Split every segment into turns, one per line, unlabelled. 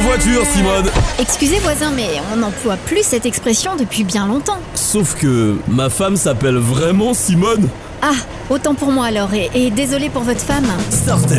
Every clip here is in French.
voiture, Simone
Excusez voisin, mais on n'emploie plus cette expression depuis bien longtemps.
Sauf que ma femme s'appelle vraiment Simone
Ah, autant pour moi alors, et, et désolé pour votre femme.
Starter,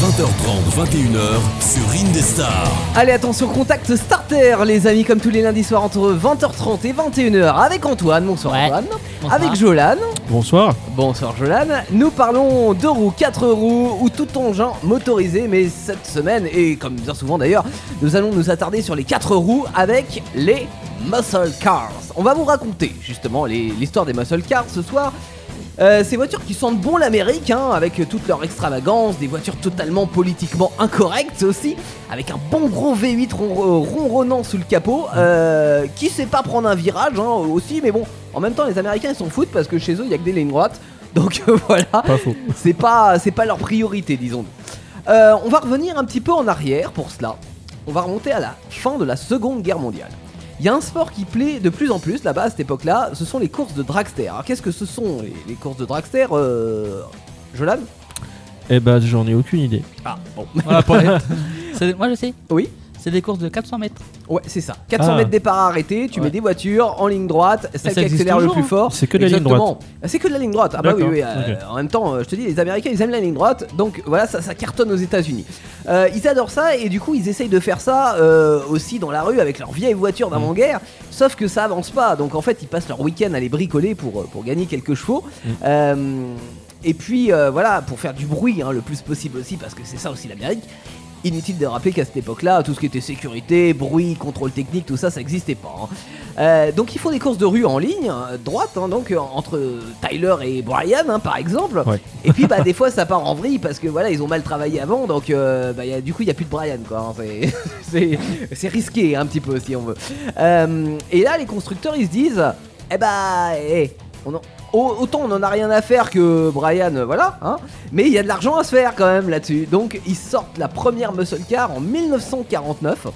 20h30, 21h, sur Indestar.
Allez, attention, contact starter, les amis, comme tous les lundis soirs entre 20h30 et 21h avec Antoine. Bonsoir
Ouais.
Antoine.
Bonsoir.
Avec Jolan.
Bonsoir.
Bonsoir Jolan. Nous parlons deux roues, quatre roues ou tout engin motorisé, mais cette semaine, et comme bien souvent d'ailleurs, nous allons nous attarder sur les quatre roues avec les muscle cars. On va vous raconter justement les- l'histoire des muscle cars ce soir. Euh, ces voitures qui sentent bon l'Amérique, hein, avec toute leur extravagance, des voitures totalement politiquement incorrectes aussi, avec un bon gros V8 ron- euh, ronronnant sous le capot, euh, qui sait pas prendre un virage hein, aussi, mais bon, en même temps les Américains ils s'en foutent parce que chez eux il y a que des lignes droites, donc euh, voilà
Pas faux.
c'est pas, c'est pas leur priorité, disons. Euh, on va revenir un petit peu en arrière pour cela. On va remonter à la fin de la Seconde Guerre mondiale. Il y a un sport qui plaît de plus en plus là-bas à cette époque-là, ce sont les courses de dragster. Alors qu'est-ce que ce sont les, les courses de dragster euh... Jolan
Eh ben, j'en ai aucune idée.
Ah bon.
Voilà, pour les- C'est- Moi je sais.
Oui.
C'est des courses de 400 mètres.
Ouais, c'est ça. 400
Ah.
mètres départ arrêté, tu
Ouais.
mets des voitures en ligne droite, celle qui
existe
accélère
toujours,
le plus
hein.
fort.
C'est que de la ligne
Exactement. C'est que de la ligne droite. Ah bah oui,
D'accord,
oui. euh, En même temps, euh, je te dis, les Américains, ils aiment la ligne droite, donc voilà, ça, ça cartonne aux États-Unis. Euh, ils adorent ça et du coup, ils essayent de faire ça euh, aussi dans la rue avec leurs vieilles voitures d'avant-guerre,
Mm.
sauf que ça avance pas. Donc en fait, ils passent leur week-end à les bricoler pour, euh, pour gagner quelques chevaux.
Mm.
Euh, et puis euh, voilà, pour faire du bruit hein, le plus possible aussi, parce que c'est ça aussi l'Amérique. Inutile de rappeler qu'à cette époque-là, tout ce qui était sécurité, bruit, contrôle technique, tout ça, ça n'existait pas. hein. Euh, donc ils font des courses de rue en ligne, hein, droite, hein, donc euh, entre Tyler et Brian, hein, par exemple.
Ouais.
Et puis bah des fois ça part en vrille parce que voilà ils ont mal travaillé avant, donc euh, bah, y a- du coup il y a plus de Brian quoi. hein, c'est- c'est- c'est risqué hein, un petit peu si on veut. Euh, et là les constructeurs ils se disent, eh bah, eh, on en- au- autant on en a rien à faire que Brian, euh, voilà, hein, mais il y a de l'argent à se faire quand même là-dessus. Donc ils sortent la première muscle car en 1949
Mm.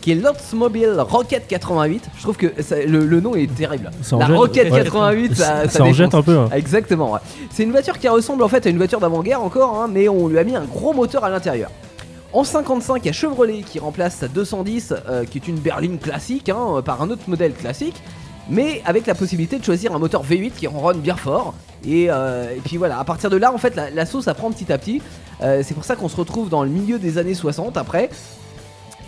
qui est l'Oldsmobile Rocket 88. Je trouve que ça- le, le nom est terrible.
Ça en
la
jette,
Rocket
ouais.
88, ça,
Ça,
ça
en
défonce. Ah,
jette un peu. hein.
Exactement. ouais. C'est une voiture qui ressemble en fait à une voiture d'avant-guerre encore, hein, mais on lui a mis un gros moteur à l'intérieur. En 55, il y a Chevrolet qui remplace sa 210, euh, qui est une berline classique, hein, par un autre modèle classique, mais avec la possibilité de choisir un moteur V8 qui ronronne bien fort. Et, euh, et puis voilà, à partir de là, en fait, la, la sauce apprend petit à petit. Euh, c'est pour ça qu'on se retrouve dans le milieu des années 60 après,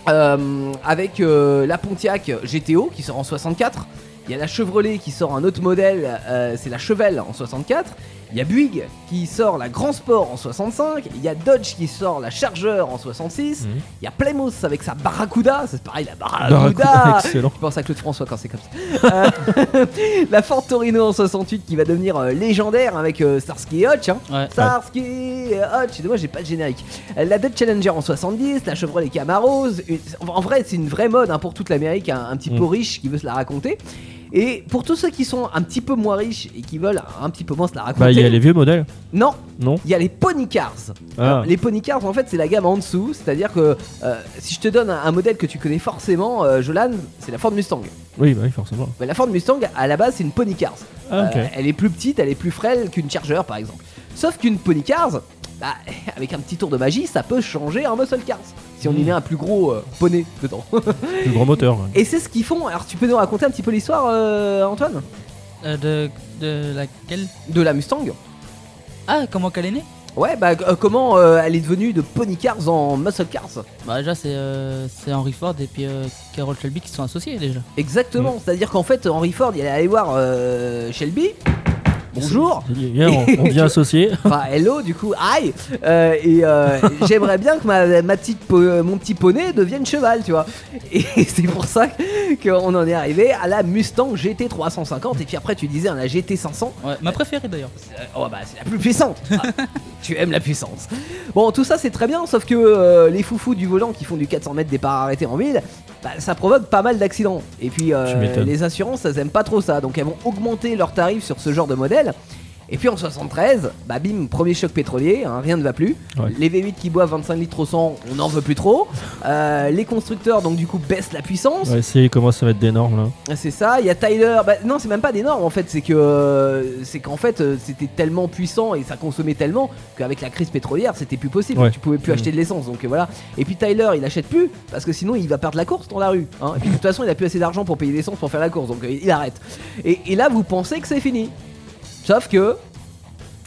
euh, avec euh, la Pontiac GTO qui sort en 64. Il y a la Chevrolet qui sort un autre modèle, euh, c'est la Chevelle en 64. Il y a Buick qui sort la Grand Sport en 65. Il y a Dodge qui sort la Charger en 66.
Mhm.
Il y a Plymouth avec sa Barracuda, c'est pareil la
Barracuda,
Barracuda.
excellent.
Je pense à Claude François quand c'est comme ça. Euh, la Ford Torino en 68 qui va devenir euh, légendaire avec euh, Starsky et Hutch. hein.
Ouais.
Starsky et Hutch, moi j'ai pas de générique. Euh, La Dodge Challenger en 70, la Chevrolet Camaro. une- En vrai, c'est une vraie mode hein, pour toute l'Amérique, un, un petit peu
Mm.
riche qui veut se la raconter. Et pour tous ceux qui sont un petit peu moins riches et qui veulent un petit peu moins se la raconter,
Bah, il y a les vieux modèles,
non,
non
il y a les Pony Cars. Euh,
Ah,
Les pony cars, en fait, c'est la gamme en dessous. C'est-à-dire que euh, si je te donne un, un modèle que tu connais forcément, euh, Jolan, c'est la Ford Mustang.
oui, bah oui, forcément.
Bah, la Ford Mustang, à la base, c'est une pony cars.
Ah, ok.
Euh, elle est plus petite, elle est plus frêle qu'une Charger, par exemple. Sauf qu'une pony cars, bah, avec un petit tour de magie, ça peut changer en muscle cars. Si on y
Mm.
met un plus gros euh, poney dedans.
Plus grand moteur. ouais.
Et c'est ce qu'ils font. Alors, tu peux nous raconter un petit peu l'histoire, euh, Antoine
Euh, de, de laquelle
De la Mustang
Ah, comment qu'elle est née
Ouais, bah, euh, comment euh, elle est devenue de pony cars en muscle cars
Bah déjà c'est euh, c'est Henry Ford et puis euh, Carol Shelby qui sont associés déjà.
Exactement,
Hmm.
c'est-à-dire qu'en fait, Henry Ford, il est allé voir euh, Shelby. Bonjour.
Viens, on, on vient associer.
Enfin, hello, du coup, aïe. Euh, et euh, j'aimerais bien que ma, ma petite, po- euh, mon petit poney devienne cheval, tu vois. Et c'est pour ça qu'on en est arrivé à la Mustang GT350. Et puis après, tu disais à la GT500.
Ouais, ma préférée d'ailleurs.
Euh, Oh bah c'est la plus puissante Ah, Tu aimes la puissance Bon tout ça c'est très bien sauf que euh, les foufous du volant qui font du 400 mètres départ arrêté en ville bah, ça provoque pas mal d'accidents et puis euh,
Tu m'étonnes.
les assurances elles aiment pas trop ça donc elles vont augmenter leurs tarifs sur ce genre de modèle Et puis en 73, bah bim, premier choc pétrolier, hein, rien ne va plus.
Ouais.
Les V8 qui boivent 25 litres au 100, on n'en veut plus trop. Euh, les constructeurs, donc du coup, baissent la puissance.
Ouais, si, il commence à mettre des normes là.
Ah, C'est ça, il y a Tyler. Bah, non, c'est même pas des normes en fait, c'est que euh, c'est qu'en fait euh, c'était tellement puissant et ça consommait tellement qu'avec la crise pétrolière c'était plus possible.
Ouais.
Tu pouvais plus
Mmh.
acheter de l'essence donc euh, voilà. Et puis Tyler il achète plus parce que sinon il va perdre la course dans la rue. hein. Et puis de toute façon il a plus assez d'argent pour payer l'essence pour faire la course donc euh, il arrête. Et, et là vous pensez que c'est fini. Sauf que,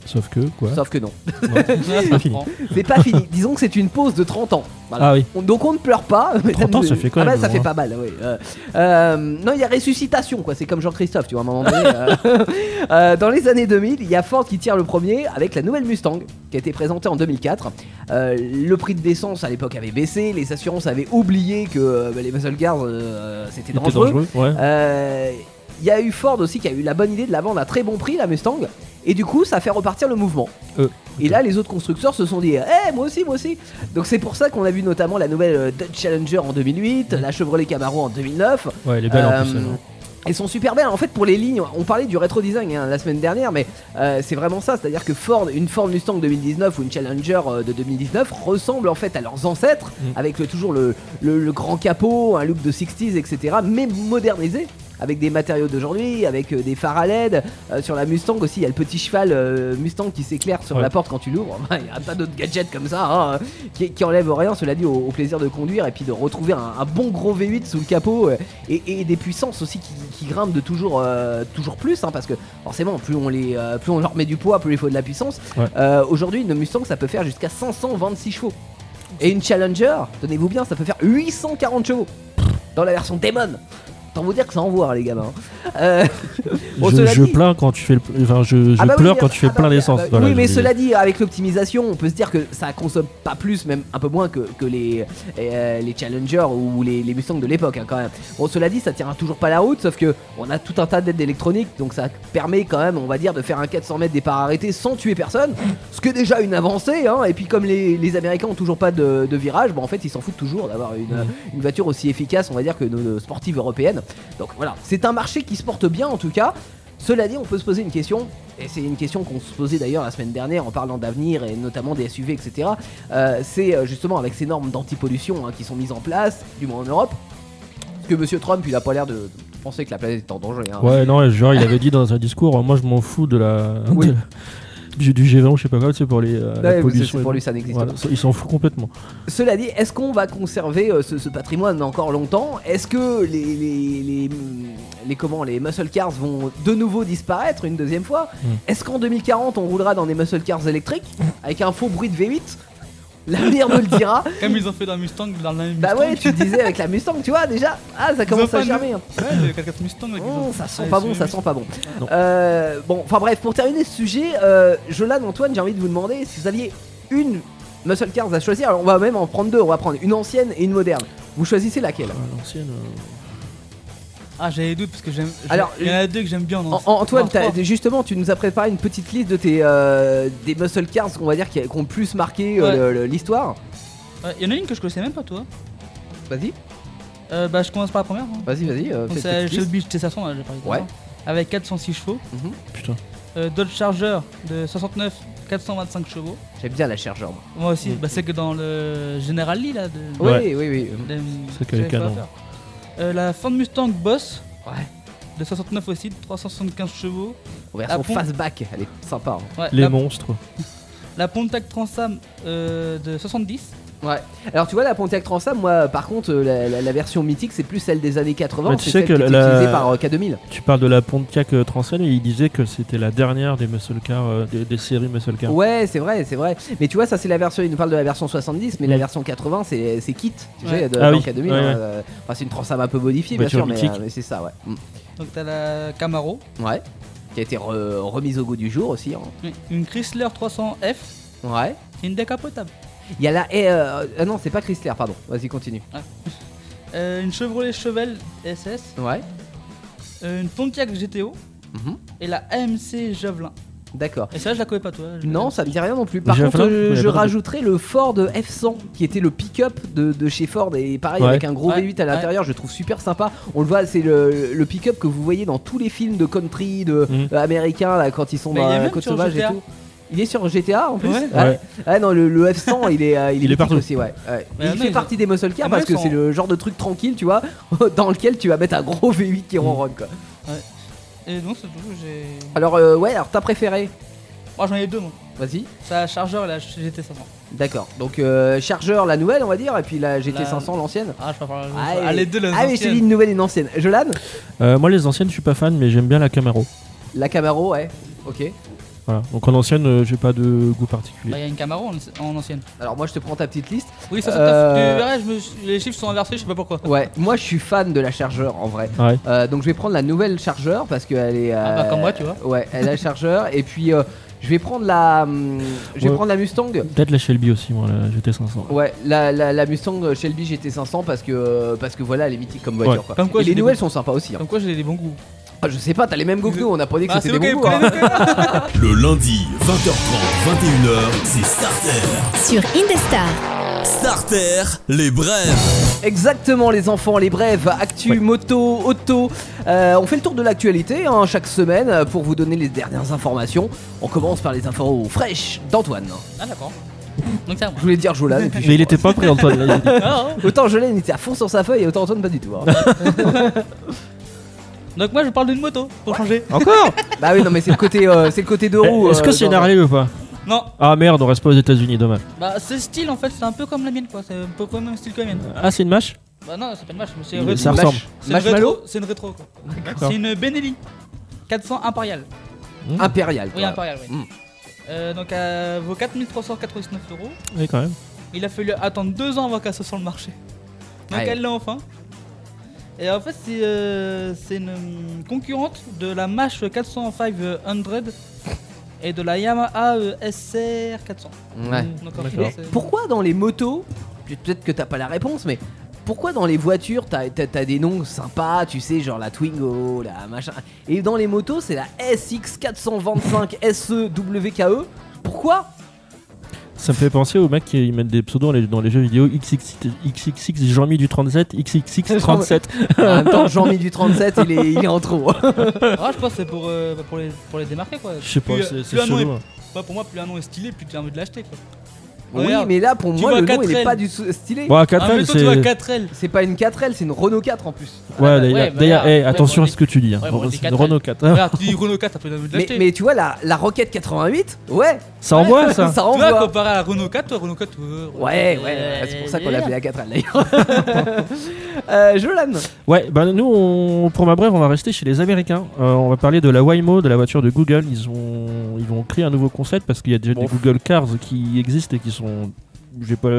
Sauf que, quoi
sauf que non.
Ça
pas fini.
prend.
C'est pas fini. Disons que c'est une pause de 30 ans. Voilà.
Ah oui.
On- Donc on ne pleure pas.
30 ans, ça fait quand
Ah
même,
bah, ça
hein.
fait pas mal, oui. Euh, euh, non, il y a ressuscitation, quoi. C'est comme Jean-Christophe, tu vois, à un moment donné. euh, euh, dans les années 2000, il y a Ford qui tire le premier avec la nouvelle Mustang qui a été présentée en 2004. Euh, le prix de l'essence à l'époque avait baissé, les assurances avaient oublié que euh, bah, les muscle cars, euh, c'était
Il était
dangereux.
dangereux, ouais.
Euh, Il y a eu Ford aussi qui a eu la bonne idée de la vendre à très bon prix, la Mustang. Et du coup, ça fait repartir le mouvement.
Euh,
Et là, les autres constructeurs se sont dit, eh, moi aussi, moi aussi. Donc c'est pour ça qu'on a vu notamment la nouvelle euh, Dodge Challenger en 2008,
Mm.
la Chevrolet Camaro en 2009.
Ouais, il est belle en
Euh,
plus. elle.
Elles sont super belles. En fait, pour les lignes, on parlait du rétro design hein, la semaine dernière, mais euh, c'est vraiment ça. C'est-à-dire que Ford, une Ford Mustang 2019 ou une Challenger euh, de 2019 ressemblent en fait à leurs ancêtres,
Mm.
avec le- toujours le, le- le grand capot, un look de 60s, etc., mais modernisé. Avec des matériaux d'aujourd'hui, avec euh, des phares à LED. Euh, sur la Mustang aussi, il y a le petit cheval euh, Mustang qui s'éclaire sur
Ouais.
la porte quand tu l'ouvres. Il y a un tas d'autres gadgets comme ça hein, qui, qui enlèvent rien, cela dit, au, au plaisir de conduire et puis de retrouver un, un bon gros V8 sous le capot. euh, et, et des puissances aussi qui, qui grimpent de toujours, euh, toujours plus, hein, parce que forcément, plus on, les, euh, plus on leur met du poids, plus il faut de la puissance.
Ouais.
Euh, Aujourd'hui, une Mustang, ça peut faire jusqu'à 526 chevaux. Et une Challenger, tenez-vous bien, ça peut faire 840 chevaux dans la version Demon. Tant vous dire que ça envoie, les gamins. Euh, bon,
je
cela
je
dit-
plains quand tu fais le. Enfin, je, je
Ah bah oui,
pleure
mais-
quand tu fais
ah bah
plein
oui,
d'essence.
ah bah
Voilà,
oui, mais
je-
cela dit, avec l'optimisation, on peut se dire que ça consomme pas plus, même un peu moins que, que les, euh, les Challengers ou les, les Mustangs de l'époque, hein, quand même. Bon, cela dit, ça tient toujours pas la route, sauf que on a tout un tas d'aides électroniques, donc ça permet quand même, on va dire, de faire un 400 mètres départ arrêté sans tuer personne, ce qui est déjà une avancée, hein. Et puis, comme les, les Américains ont toujours pas de, de virage, bon, en fait, ils s'en foutent toujours d'avoir une, une voiture aussi efficace, on va dire, que nos, nos sportives européennes. Donc voilà, c'est un marché qui se porte bien en tout cas. Cela dit, on peut se poser une question, et c'est une question qu'on se posait d'ailleurs la semaine dernière en parlant d'avenir et notamment des SUV, etc. Euh, c'est euh, justement avec ces normes d'antipollution hein, qui sont mises en place, du moins en Europe, parce que Monsieur Trump, il a pas l'air de de penser que la planète est en danger. hein.
Ouais, non, genre, il avait dit dans un discours euh, Moi, je m'en fous de la.
Oui.
de la- Du, du G20, ou je sais pas quoi, c'est pour les. euh,
Ouais,
la
mais
pollution
c'est-
et
pour
tout.
lui, ça n'existe
Voilà,
pas.
ça- il s'en fout complètement.
Cela dit, est-ce qu'on va conserver euh, ce, ce patrimoine encore longtemps Est-ce que les, les, les, les- comment, les muscle cars vont de nouveau disparaître une deuxième fois
Mm.
Hmm.
Est-ce qu'en 2040 on roulera dans des muscle cars électriques avec un faux bruit de V8 L'avenir nous le dira.
Comme ils ont fait dans Mustang, dans la
bah ouais, tu disais avec la Mustang, tu vois déjà. Ah, ça commence
pas
à
de-
germer. hein.
Ouais, le 4x4 Mustang, là, qu'ils
Oh,
ont-
ça sent
Ouais,
pas bon,
c'est-
ça sent pas bon.
Non.
Euh, bon, enfin bref, pour terminer ce sujet, euh, Jolan, Antoine, j'ai envie de vous demander si vous aviez une muscle cars à choisir. Alors on va même en prendre deux, on va prendre une ancienne et une moderne. Vous choisissez laquelle
Ah, l'ancienne, euh,
Ah, j'avais des doutes parce que j'aime. j'ai-
Alors,
il y en a deux que j'aime bien. non,
An- An- Antoine,
voire trois.
t'as- justement, tu nous as préparé une petite liste de tes euh, des muscle cars qu'on va dire qui, a- qui ont le plus marqué euh,
Ouais.
le- le- l'histoire.
Ouais, Il y en a une que je connaissais même pas, toi.
Vas-y,
Euh, bah, je commence par la première. hein.
vas-y, vas-y. euh,
Donc,
fais
c'est
cette liste.
Shelby GT500, là, hein, j'ai parlé. tout à
Ouais.
l'heure, Avec 406 chevaux.
Putain.
Euh, Dodge Charger de 69, 425 chevaux.
J'aime bien la chargeur. moi.
Moi aussi, bah, c'est que dans le General Lee là. De,
Oui, oui, oui.
de-
C'est que les
j'avais pas
canons.
peur. Euh, la Ford Mustang Boss
Ouais.
de 69 aussi, de 375 chevaux.
On verra son
pompe.
fastback, elle est sympa. hein.
Ouais,
Les
la,
monstres.
la Pontiac Transam euh, de 70.
Ouais. Alors tu vois la Pontiac Transam, moi par contre euh, la, la- la version mythique c'est plus celle des années 80,
Bah,
c'est
tu sais
celle
que
qui est
la-
utilisée par euh, K2000.
Tu parles de la Pontiac euh, Transcend et il disait que c'était la dernière des muscle cars, euh, des, des séries muscle cars.
Ouais, c'est vrai, c'est vrai. Mais tu vois ça c'est la version, il nous parle de la version 70, mais la
Mm.
version 80 c'est c'est kit, tu
Ouais.
sais, de
Ah
dans
oui,
K2000.
ouais,
hein,
ouais.
euh, Enfin c'est une Transam un peu modifiée bien
Voiture
sûr, mais,
mythique.
euh, mais c'est ça, ouais. Mm.
Donc t'as la Camaro,
Ouais. Qui a été re- remise au goût du jour aussi. hein.
une Chrysler 300F,
Ouais.
c'est une décapotable.
Il y a la. eh, euh, ah non, c'est pas Chrysler, pardon. Vas-y, continue.
Euh, une Chevrolet Chevelle SS,
Ouais.
euh, une Pontiac GTO
Mhm.
et la AMC Javelin.
D'accord.
Et ça, je la connais pas, toi. je-
Non, ça me dit rien non plus. Par
Déjà
contre,
Ford,
euh,
il y a
je
pas de-
rajouterai le Ford F100 qui était le pick-up de, de chez Ford et pareil
Ouais.
avec un gros
Ouais,
V8 à l'intérieur. Je trouve super sympa. On le voit, c'est le, le pick-up que vous voyez dans tous les films de country, de
Mhm.
euh, américains là, quand ils sont
Mais
dans
il est
la
même
côte
sur
sauvage et
GTA.
tout. Il est sur GTA en plus.
Ouais.
Ouais.
Ah non, le, le F100 il est euh, il est,
Il est
mythique
partout.
aussi, ouais. ouais.
Mais
il
non,
fait
ils
partie des muscle cars
Ah,
parce
mais
que
ils
c'est
sont-
le genre de truc tranquille, tu vois, dans lequel tu vas mettre un gros V8
Mm.
qui ronronne quoi.
Et non, c'est tout. J'ai.
Alors euh, ouais, alors ta préférée
Oh, j'en ai deux, moi.
Vas-y.
Ça, chargeur et la GT500.
D'accord. Donc euh, chargeur la nouvelle on va dire et puis la GT500
La-
l'ancienne.
Ah, je préfère la
Ah,
ah,
et-
les deux, les
Ah mais je t'ai dit
anciennes.
une nouvelle et une ancienne. Jolan
Euh, moi, les anciennes, je suis pas fan, mais j'aime bien la Camaro.
La Camaro, ouais. Ok.
Voilà. Donc en ancienne, euh, j'ai pas de goût particulier.
Bah, il y a une Camaro en, en ancienne.
Alors moi je te prends ta petite liste.
Oui, ça,
Euh,
Tu verras, je me suis- les chiffres sont inversés, je sais pas pourquoi.
Ouais. moi je suis fan de la chargeur en vrai.
Ah Ouais.
Euh, donc je vais prendre la nouvelle chargeur parce qu'elle est.
Ah, bah,
euh,
comme moi, tu vois.
Ouais, elle a chargeur et puis euh, je vais prendre la, hum, je vais
Ouais.
prendre la Mustang.
Peut-être la Shelby aussi, moi, la GT500.
Ouais, la, la, la Mustang Shelby GT500 parce que euh, parce que voilà, elle est mythique comme voiture
Ouais.
quoi.
Comme quoi,
Et
j'ai
les
des
nouvelles
goûts.
sont sympas aussi. hein.
Comme quoi, j'ai des bons goûts.
Ah, je sais pas, t'as les mêmes goûts que nous, on apprenait que
Ah,
c'était des bons
vous
goûts.
qui
hein.
me connaissez,
Le lundi, 20h30, 21h, c'est Starter.
Sur Indestar.
Starter, les brèves.
Exactement les enfants, les brèves, actu,
Ouais.
moto, auto. Euh, on fait le tour de l'actualité hein, chaque semaine euh, pour vous donner les dernières informations. On commence par les infos fraîches d'Antoine.
Ah, d'accord. Donc, ça,
Je
moi.
voulais dire Jolan et puis
Mais il était pas prêt, Antoine. là, il a dit.
Ah,
autant Jolan était à fond sur sa feuille et autant Antoine pas du tout. hein.
ah. Donc, moi, je parle d'une moto pour changer.
Encore
bah oui non mais c'est le côté euh, c'est le côté deux roues.
Eh, Est-ce
euh,
que c'est
dans-
narré ou pas
Non,
Ah merde, on reste pas aux États-Unis, dommage.
bah, ce style, en fait, c'est un peu comme la mienne, quoi. C'est un peu comme le même style que la mienne.
Ah, c'est une mâche
Bah, non, c'est pas une match, mais c'est
Il-
rétro.
ça ressemble.
C'est une
Marshmallow
rétro, c'est une rétro, quoi. C'est une Benelli 400 impériale.
impérial.
Oui,
quoi.
impériale, oui.
Mm.
Euh, donc, elle vaut 4399 euros.
Oui, quand même.
Il a fallu attendre deux ans avant qu'elle soit sur le marché. Donc
Ouais.
elle l'a enfin. Et en fait, c'est euh, c'est une hum, concurrente de la Mash 405 et de la Yamaha euh, SR 400.
Ouais.
Donc en fait,
D'accord.
c'est-
Pourquoi dans les motos, peut-être que t'as pas la réponse, mais pourquoi dans les voitures t'as as, des noms sympas, tu sais, genre la Twingo, la machin, et dans les motos c'est la SX425 SEWKE E. Pourquoi
Ça me fait penser aux mecs qui ils mettent des pseudos dans les, dans les jeux vidéo XXX, XXX Jean-Mi du 37, XXX 37.
En même temps, Jean-Mi du 37, il est, il est en trop.
Ah, je pense que c'est pour, euh, bah, pour, les, pour les démarquer quoi.
Je sais pas,
Plus-
c'est
plus
c'est
un nom est-
chelou. hein.
bah, pour moi, plus un nom est stylé, plus tu as envie de l'acheter quoi.
Oui,
Regarde.
mais là pour
Tu
moi
vois
le nom il est
4L.
pas du tout stylé.
Bon, à 4
ah, mais
femmes,
toi, tu vois
c'est.
4L.
C'est pas une 4L, c'est une Renault 4 en plus.
bah,
Ouais,
ouais,
d'ailleurs,
bah,
d'ailleurs,
ouais,
eh,
ouais,
attention
bon,
à ce que tu dis. hein.
ouais, bon,
Bon,
des
c'est une
4L.
Renault 4. Ah,
Regarde, tu dis Renault 4, t'as pas envie de
Mais,
l'acheter.
mais tu vois, la, la Rocket 88, ouais,
Ça envoie ça
ça
Tu vois,
renvoie.
comparé à la Renault 4, toi, Renault 4, euh,
Ouais, ouais, ouais, c'est pour ça qu'on l'appelait la 4L d'ailleurs. euh, Jolan,
Ouais, bah nous, on- pour ma brève, on va rester chez les Américains. Euh, on va parler de la Waymo, de la voiture de Google. Ils, ont, ils vont créer un nouveau concept parce qu'il y a déjà
Bon.
des Google Cars qui existent et qui sont. Je vais pas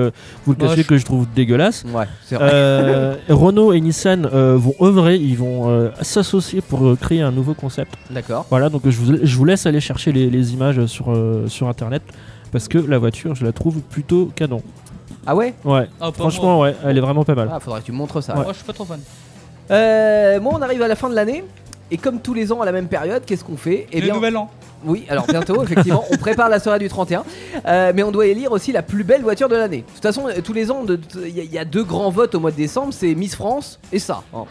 vous le
Moche.
cacher que je trouve dégueulasse.
ouais, c'est
Euh, Renault et Nissan euh, vont œuvrer, ils vont euh, s'associer pour euh, créer un nouveau concept.
D'accord.
Voilà, donc je vous, je vous laisse aller chercher les, les images sur, euh, sur internet parce que la voiture, je la trouve plutôt canon.
Ah ouais
Ouais,
Ah, pas
franchement, ouais, elle est vraiment pas mal.
Ah, faudrait que tu me montres ça.
moi. Moi, je suis pas trop fan.
Eh Euh, moi, on arrive à la fin de l'année. Et comme tous les ans à la même période, qu'est-ce qu'on fait Eh
Et le nouvel an.
oui, alors bientôt, effectivement, on prépare la soirée du 31, euh, mais on doit élire aussi la plus belle voiture de l'année. De toute façon, euh, tous les ans, de- de- il y, a- il y a deux grands votes au mois de décembre, c'est Miss France et ça. hein.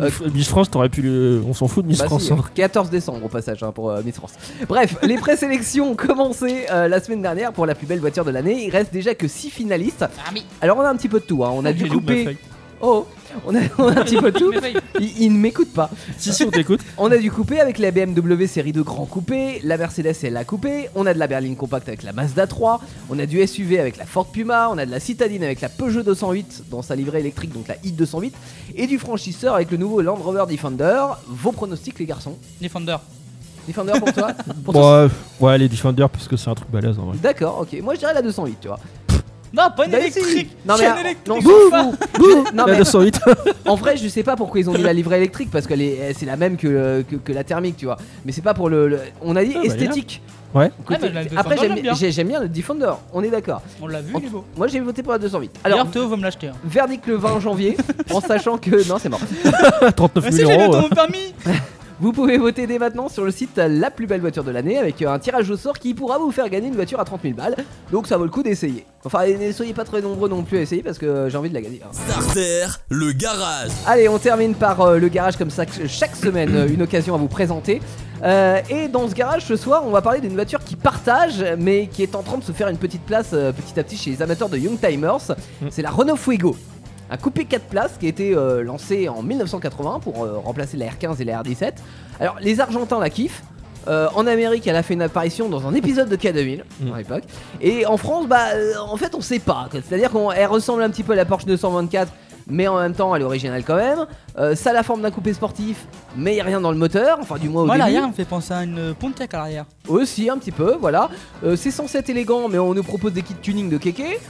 Euh,
Miss France, t'aurais pu. le- On s'en fout de Miss
Bah
France.
si,
hein.
14 décembre au passage hein, pour euh, Miss France. Bref, les présélections ont commencé euh, la semaine dernière pour la plus belle voiture de l'année. Il reste déjà que 6 finalistes. Alors on a un petit peu de tout, hein. on a dû
Ah J'ai loupé ma
couper...
feuille.
Oh, on a, on a un petit peu de tout.
Mais paye.
Il, il ne m'écoute pas.
Si, si, on t'écoute.
On a du coupé avec la BMW série de grands coupés, la Mercedes et la coupé, on a de la berline compacte avec la Mazda 3, on a du SUV avec la Ford Puma, on a de la citadine avec la Peugeot 208 dans sa livrée électrique, donc la i208, et du franchisseur avec le nouveau Land Rover Defender. Vos pronostics, les garçons
Defender.
Defender pour toi Pour
Bon,
toi
euh, ouais, les Defender, parce que c'est un truc balèze en vrai.
D'accord, ok. Moi je dirais la 208, tu vois.
Non, pas une
Bah,
électrique.
si. Non, mais,
C'est
euh,
une électrique.
non,
c'est
bouh,
pas-
bouh, bouh. Non,
la
mais
208
En vrai, je sais pas pourquoi ils ont mis la livrée électrique parce que c'est la même que, le- que, que la thermique, tu vois. Mais c'est pas pour le. le- on a dit
Ah, bah,
esthétique.
Ouais.
Côté-
Ah, bah, le
après,
Defender,
j'aime
j'aime
bien.
bien.
j'ai- j'aime bien le Defender. On est d'accord.
On l'a vu,
En-
il est beau.
Moi, j'ai voté pour la 208. Alors,
D'ailleurs, Théo va me l'acheter. hein.
verdict le 20 janvier, en sachant que non, c'est mort.
39
Mais Ah, si, j'ai
000
euh.
vu
euros.
dans
ouais.
mon permis
Vous pouvez voter dès maintenant sur le site La plus belle voiture de l'année avec euh, un tirage au sort qui pourra vous faire gagner une voiture à 30 000 balles. Donc ça vaut le coup d'essayer. Enfin, et ne soyez pas très nombreux non plus à essayer parce que euh, j'ai envie de la gagner. hein.
Starter, le garage.
Allez, on termine par euh, le garage comme ça que chaque semaine, euh, une occasion à vous présenter. Euh, et dans ce garage ce soir, on va parler d'une voiture qui partage, mais qui est en train de se faire une petite place euh, petit à petit chez les amateurs de Young Timers. C'est la Renault Fuego. Un coupé 4 places qui a été euh, lancé en 1980 pour euh, remplacer la R15 et la R17. Alors les Argentins la kiffent. Euh, en Amérique, elle a fait une apparition dans un épisode de K2000
Mm.
à l'époque. Et en France, bah, euh, en fait, on sait pas. quoi. C'est-à-dire qu'elle ressemble un petit peu à la Porsche 224, mais en même temps, elle est originale quand même. Euh, ça a la forme d'un coupé sportif, mais il n'y a rien dans le moteur. Enfin, du moins au
Moi,
début.
l'arrière me fait penser à une Pontiac à l'arrière.
Aussi, un petit peu, voilà. Euh, c'est censé être élégant, mais on nous propose des kits tuning de kéké.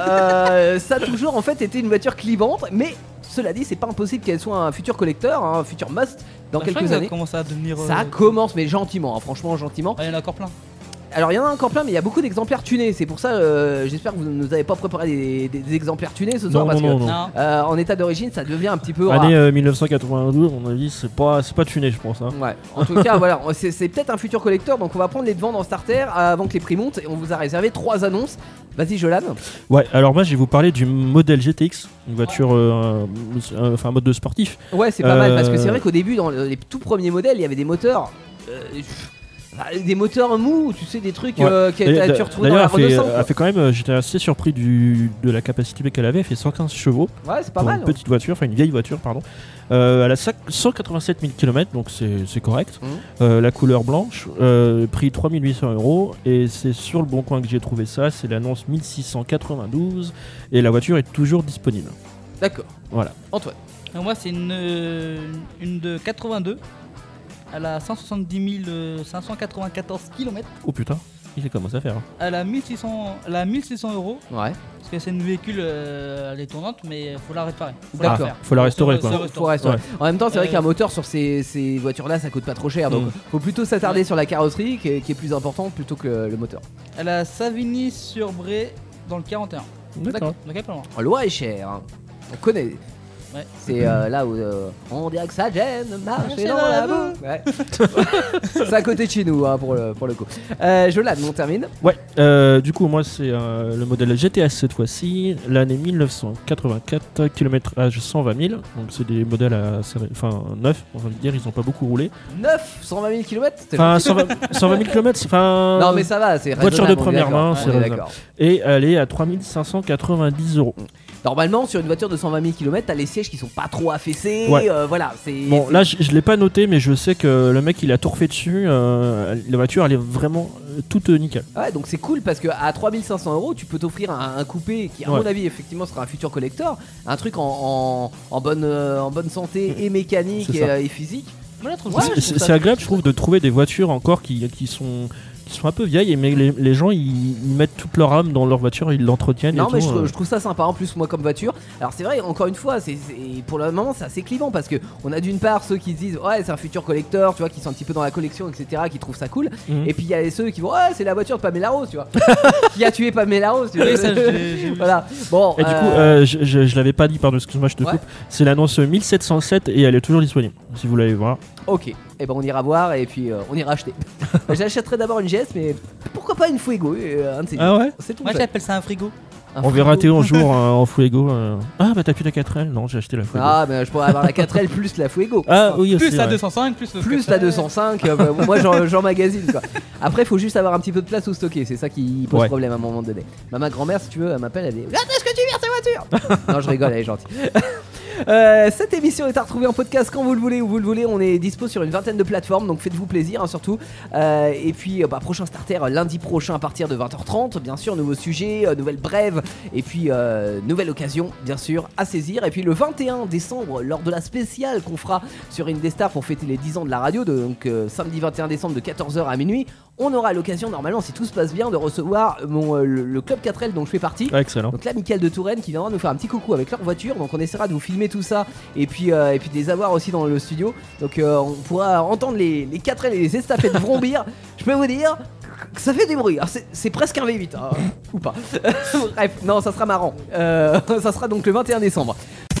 Euh, ça a toujours, en fait, été une voiture clivante, mais cela dit, c'est pas impossible qu'elle soit un futur collecteur, hein, un futur must dans
Bah, je crois que
quelques
ça
années.
commence à devenir. euh,
Ça commence, mais gentiment, hein, franchement, gentiment.
ah, il y en a encore plein.
Alors, il y en a encore plein, mais il y a beaucoup d'exemplaires tunés. C'est pour ça, euh, j'espère que vous ne nous avez pas préparé des, des- des exemplaires tunés ce soir,
Non, non,
parce
non,
que
non.
Non.
euh, en état d'origine, ça devient un petit peu rare.
Année euh, 1992, à mon avis, c'est pas, c'est pas tuné, je pense. hein.
Ouais. En tout cas, voilà, c'est c'est peut-être un futur collecteur, donc on va prendre les devants dans Starter avant que les prix montent et on vous a réservé trois annonces. Vas-y, Jolan.
Ouais, alors moi, je vais vous parler du modèle GTX, une voiture, euh, euh, enfin, un mode de sportif.
Ouais, c'est pas mal parce que c'est
Euh.
vrai qu'au début, dans le- les tout premiers modèles, il y avait des moteurs. euh, pff, bah, des moteurs mous, tu sais, des trucs
Ouais.
euh, que t'as-
D'ailleurs,
tu retrouves dans la
elle fait,
Renaissance.
elle fait quand même, euh, j'étais assez surpris du, de la capacité qu'elle avait, elle fait 115 chevaux.
Ouais, c'est pas
pour
mal. hein.
une petite voiture, enfin une vieille voiture, pardon. Euh, elle a cinq- 187 000 km, donc c'est c'est correct.
Mhm.
Euh, la couleur blanche, euh, prix 3800 euros. Et c'est sur le bon coin que j'ai trouvé ça, c'est l'annonce 1692. Et la voiture est toujours disponible.
D'accord.
Voilà.
Antoine.
Et moi, c'est une, euh, une de 82. Elle a 170 000, 594 km.
Oh putain, il commence à faire. hein.
Elle a 1600, elle a 1600 euros.
Ouais.
Parce que c'est une véhicule, euh, elle est tournante, mais faut la réparer. Faut
D'accord.
la refaire.
Faut la restaurer,
Se-
quoi.
se
Faut-
Faut
restaurer.
rester-
Ouais.
En même temps, c'est vrai
Euh.
qu'un moteur sur ces, ces voitures-là, ça coûte pas trop cher. Donc,
Mm.
faut plutôt s'attarder
Ouais.
sur la carrosserie qui est, qui est plus importante plutôt que le moteur.
Elle a Savigny-sur-Bray dans le 41.
D'accord.
Donc, elle est pas loin.
En loi est chère. hein. On connaît.
Ouais.
C'est euh, là où euh, on dirait que ça gêne, marcher
Marcher
dans
dans
la
la
boue. Ouais. c'est à côté de chez nous hein, pour, le, pour le coup. Euh, Jolan, on termine.
Ouais, euh, du coup, moi, c'est euh, le modèle GTS cette fois-ci, l'année 1984, kilométrage 120 000. Donc, c'est des modèles assez, enfin, neufs, on va dire, ils ont pas beaucoup roulé.
9, 120 000 km
Enfin, 120, 120 000 km, enfin.
Non, mais ça va, c'est
Voiture
raisonnable,
de
on est
première
d'accord,
main,
on
c'est
est
raisonnable.
d'accord.
et elle est à 3590 euros.
Normalement, sur une voiture de 120 000 km, t'as les sièges qui sont pas trop affaissés.
Ouais.
euh, voilà, c'est.
Bon,
c'est-
là, je, je l'ai pas noté, mais je sais que le mec, il a tout refait dessus. euh, la voiture, elle est vraiment euh, toute euh, nickel.
Ouais, donc c'est cool parce que à 3500 euros, tu peux t'offrir un, un coupé qui, à
Ouais.
mon avis, effectivement, sera un futur collector, un truc en, en- en bonne, euh, en bonne santé et mécanique
Mm. C'est
et,
ça.
euh, et physique.
Moi, je la trouve
Ouais,
pas mal.
C'est- c'est c'est agréable, je trouve, de trouver des voitures encore qui, qui sont qui sont un peu vieilles, mais les, les gens, ils, ils mettent toute leur âme dans leur voiture, ils l'entretiennent.
Non,
et
mais
tout,
je, trouve-
euh.
je trouve ça sympa en plus, moi, comme voiture. Alors, c'est vrai, encore une fois, c'est c'est- pour le moment, c'est assez clivant parce que on a d'une part ceux qui se disent, ouais, c'est un futur collector, tu vois, qui sont un petit peu dans la collection, etc., qui trouvent ça cool.
Mhm.
Et puis, il y a ceux qui vont, ouais, c'est la voiture de Pamela Rose, tu vois, qui a tué Pamela Rose, tu vois.
Oui, ça, j'ai- j'ai vu.
voilà. Bon,
Et du coup,
euh,
euh, je, je- je l'avais pas dit, pardon, excuse-moi, je te
Ouais.
coupe. C'est l'annonce 1707 et elle est toujours disponible, si vous voulez voir.
Ok, et ben on ira voir et puis euh, on ira acheter. J'achèterai d'abord une GS, mais pourquoi pas une Fuego euh, un de ces jours.
Ah ouais
C'est tout.
Moi, j'appelle ça un frigo.
On verra Théo un jour euh, en Fuego. euh. Ah, bah t'as plus la 4L Non, j'ai acheté la Fuego.
Ah, mais je pourrais avoir la 4L plus la Fuego.
Ah oui, aussi,
Plus la
ouais.
205, plus le
Plus
4.
la 205, euh, bah, moi j'en- j'emmagasine quoi. Après, faut juste avoir un petit peu de place où stocker, c'est ça qui pose
Ouais.
problème à un moment donné. Bah, ma grand-mère, si tu veux, elle m'appelle, elle dit Attends, ce que tu viens, ta voiture Non, je rigole, elle est gentille. Euh, cette émission est à retrouver en podcast quand vous le voulez, où vous le voulez. On est dispo sur une vingtaine de plateformes, donc faites-vous plaisir hein, surtout. Euh, et puis, euh, bah, prochain starter euh, lundi prochain à partir de 20h30, bien sûr, nouveau sujet, euh, nouvelle brève, et puis euh, nouvelle occasion, bien sûr, à saisir. Et puis le 21 décembre, lors de la spéciale qu'on fera sur Indestar pour fêter les 10 ans de la radio, de- donc euh, samedi 21 décembre de 14h à minuit, on aura l'occasion, normalement, si tout se passe bien, de recevoir mon, euh, le, le club 4L dont je fais partie.
Ah, Excellent.
Donc là, Michael de Touraine qui viendra nous faire un petit coucou avec leur voiture. Donc on essaiera de vous filmer tout ça et puis, euh, et puis de les avoir aussi dans le studio. Donc euh, on pourra entendre les, les 4 ailes et les estafettes vrombir. Je peux vous dire que ça fait du bruit. Alors, c'est- C'est presque un V8, hein, ou pas. Bref, non, ça sera marrant. Euh, ça sera donc le 21 décembre.